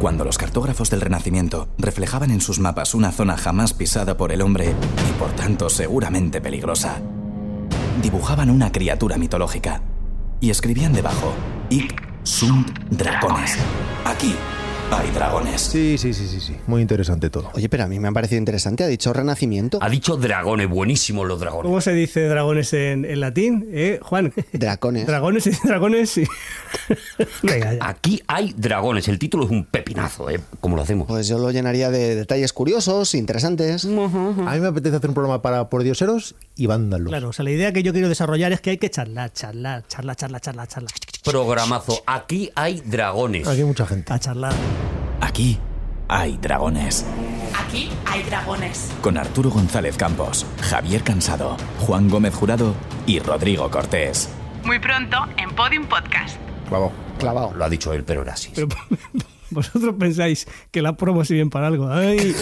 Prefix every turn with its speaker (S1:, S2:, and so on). S1: Cuando los cartógrafos del Renacimiento reflejaban en sus mapas una zona jamás pisada por el hombre y por tanto seguramente peligrosa, dibujaban una criatura mitológica y escribían debajo: Ic sunt dragones. Aquí hay dragones.
S2: Sí, sí, sí, sí, sí. Muy interesante todo.
S3: Oye, pero a mí me ha parecido interesante. Ha dicho renacimiento.
S4: Ha dicho dragones, buenísimos los dragones.
S5: ¿Cómo se dice dragones en, en latín? ¿Eh, Juan?
S3: Dracones.
S5: Dragones y dragones y... Venga, ya.
S4: Aquí hay dragones. El título es un pepinazo, ¿eh? Como lo hacemos.
S3: Pues yo lo llenaría de detalles curiosos, interesantes.
S2: A mí me apetece hacer un programa para pordioseros y vándalos.
S5: Claro, o sea, la idea que yo quiero desarrollar es que hay que charlar, charlar, charlar, charlar, charlar, charlar.
S4: Programazo. Aquí hay dragones.
S2: Aquí hay mucha gente.
S5: A charlar.
S1: Aquí hay dragones.
S6: Aquí hay dragones.
S1: Con Arturo González Campos, Javier Cansado, Juan Gómez Jurado y Rodrigo Cortés.
S6: Muy pronto en Podium Podcast.
S4: Clavado.
S3: Clavado.
S4: Lo ha dicho él, pero era así.
S5: Pero vosotros pensáis que la promo sirven para algo. Ay.